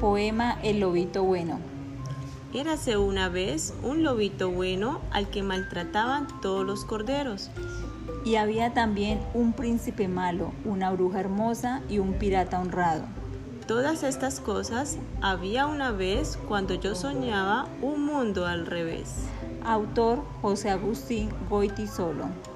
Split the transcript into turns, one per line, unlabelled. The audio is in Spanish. poema El lobito bueno.
Érase una vez un lobito bueno al que maltrataban todos los corderos.
Y había también un príncipe malo, una bruja hermosa y un pirata honrado.
Todas estas cosas había una vez cuando yo soñaba un mundo al revés.
Autor José Agustín Goiti Solo.